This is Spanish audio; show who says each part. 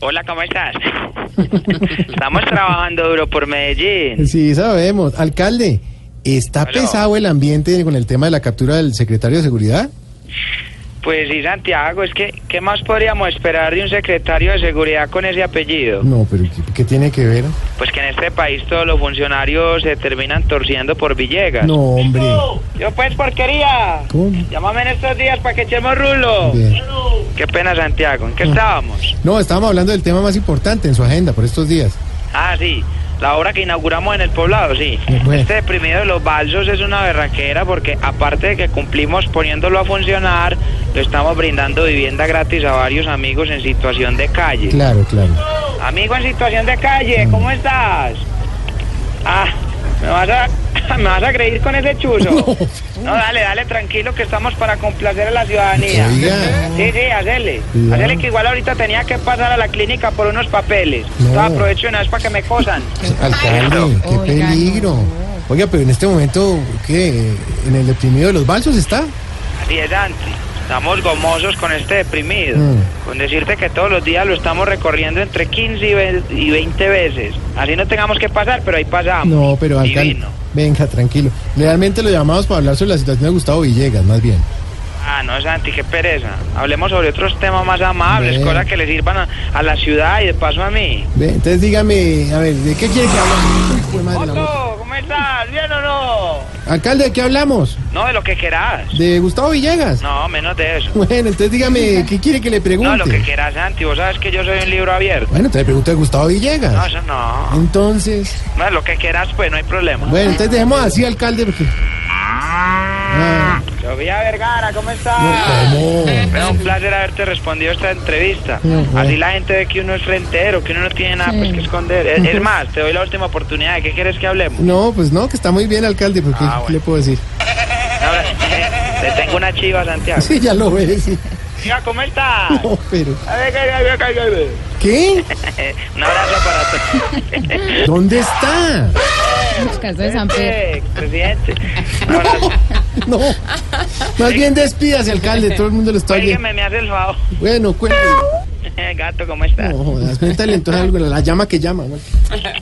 Speaker 1: Hola, ¿cómo estás? Estamos trabajando duro por Medellín.
Speaker 2: Sí, sabemos. Alcalde, ¿está
Speaker 1: Aló.
Speaker 2: pesado el ambiente con el tema de la captura del secretario de Seguridad?
Speaker 1: Pues sí, Santiago, es que, ¿qué más podríamos esperar de un secretario de seguridad con ese apellido?
Speaker 2: No, pero ¿qué, qué tiene que ver?
Speaker 1: Pues que en este país todos los funcionarios se terminan torciendo por Villegas.
Speaker 2: No, hombre.
Speaker 1: Yo pues porquería.
Speaker 2: ¿Cómo?
Speaker 1: Llámame en estos días para que echemos rulo.
Speaker 2: Bien. Ah.
Speaker 1: Qué pena, Santiago. ¿En qué estábamos?
Speaker 2: No, estábamos hablando del tema más importante en su agenda por estos días.
Speaker 1: Ah, sí. La obra que inauguramos en el poblado, sí.
Speaker 2: Bueno.
Speaker 1: Este deprimido de los balsos es una berraquera porque aparte de que cumplimos poniéndolo a funcionar, lo estamos brindando vivienda gratis a varios amigos en situación de calle.
Speaker 2: Claro, claro.
Speaker 1: Amigo en situación de calle, ¿cómo estás? Ah, me vas a, me vas a creer con ese chuzo. No, dale, dale, tranquilo que estamos para complacer a la ciudadanía.
Speaker 2: Oiga.
Speaker 1: Sí, sí, hacele.
Speaker 2: Ya.
Speaker 1: Hacele que igual ahorita tenía que pasar a la clínica por unos papeles.
Speaker 2: No.
Speaker 1: Entonces aprovecho una vez para que me cosan.
Speaker 2: Alcalde, qué
Speaker 3: Oiga,
Speaker 2: peligro. Oiga, pero en este momento, ¿qué? ¿En el deprimido de los balsos está?
Speaker 1: Así es, Dante. Estamos gomosos con este deprimido.
Speaker 2: Mm.
Speaker 1: Con decirte que todos los días lo estamos recorriendo entre 15 y ve- y 20 veces. Así no tengamos que pasar, pero ahí pasamos.
Speaker 2: No, pero alcalde.
Speaker 1: Divino.
Speaker 2: Venga, tranquilo. Realmente lo llamamos para hablar sobre la situación de Gustavo Villegas, más bien.
Speaker 1: Ah, no, Santi, qué pereza. Hablemos sobre otros temas más amables,
Speaker 2: Bien.
Speaker 1: cosas que le sirvan a, a la ciudad y de paso a mí.
Speaker 2: Ve, Entonces dígame, a ver, ¿de qué quiere que hablemos? Uy, fue madre, la moto.
Speaker 1: Otto, ¿cómo estás? ¿Bien o no?
Speaker 2: Alcalde, ¿de qué hablamos?
Speaker 1: No, de lo que querás.
Speaker 2: ¿De Gustavo Villegas?
Speaker 1: No, menos de eso.
Speaker 2: Bueno, entonces dígame, ¿qué quiere que le pregunte?
Speaker 1: No, lo que querás, Santi. Vos sabes que yo soy un libro abierto.
Speaker 2: Bueno, entonces pregunta a Gustavo
Speaker 1: No,
Speaker 2: Villegas.
Speaker 1: eso no.
Speaker 2: Entonces,
Speaker 1: No, lo que querás, pues no hay problema.
Speaker 2: bueno, entonces dejemos así, alcalde, porque... Ah,
Speaker 1: Sofía Vergara, ¿cómo
Speaker 2: no,
Speaker 1: estás?
Speaker 2: ¿cómo?
Speaker 1: Me da un placer haberte respondido esta entrevista.
Speaker 2: Ujú.
Speaker 1: Así la gente ve que uno es frentero, que uno no tiene nada pues, que esconder. Es, es más, te doy la última oportunidad. ¿De qué quieres que hablemos?
Speaker 2: No, pues no, que está muy bien, alcalde, porque
Speaker 1: Ah,
Speaker 2: ¿qué
Speaker 1: bueno.
Speaker 2: le puedo decir?
Speaker 1: Ahora, Te tengo una chiva, Santiago.
Speaker 2: Sí, ya lo ve, sí.
Speaker 1: Mira, ¿cómo estás?
Speaker 2: No, pero...
Speaker 1: Ay, ay, ay, ay, ay,
Speaker 2: ¿Qué?
Speaker 1: ay. Un abrazo para todos.
Speaker 2: ¿Dónde está?
Speaker 3: Caso de San Pedro.
Speaker 1: Eh, Presidente.
Speaker 2: No. Más bien despídase, alcalde, todo el mundo lo está oyendo.
Speaker 1: Oígame, me hace el favor.
Speaker 2: Bueno, cuéntame.
Speaker 1: Gato, ¿cómo estás?
Speaker 2: No, jodas, cuéntale entonces algo, la llama que llama. güey.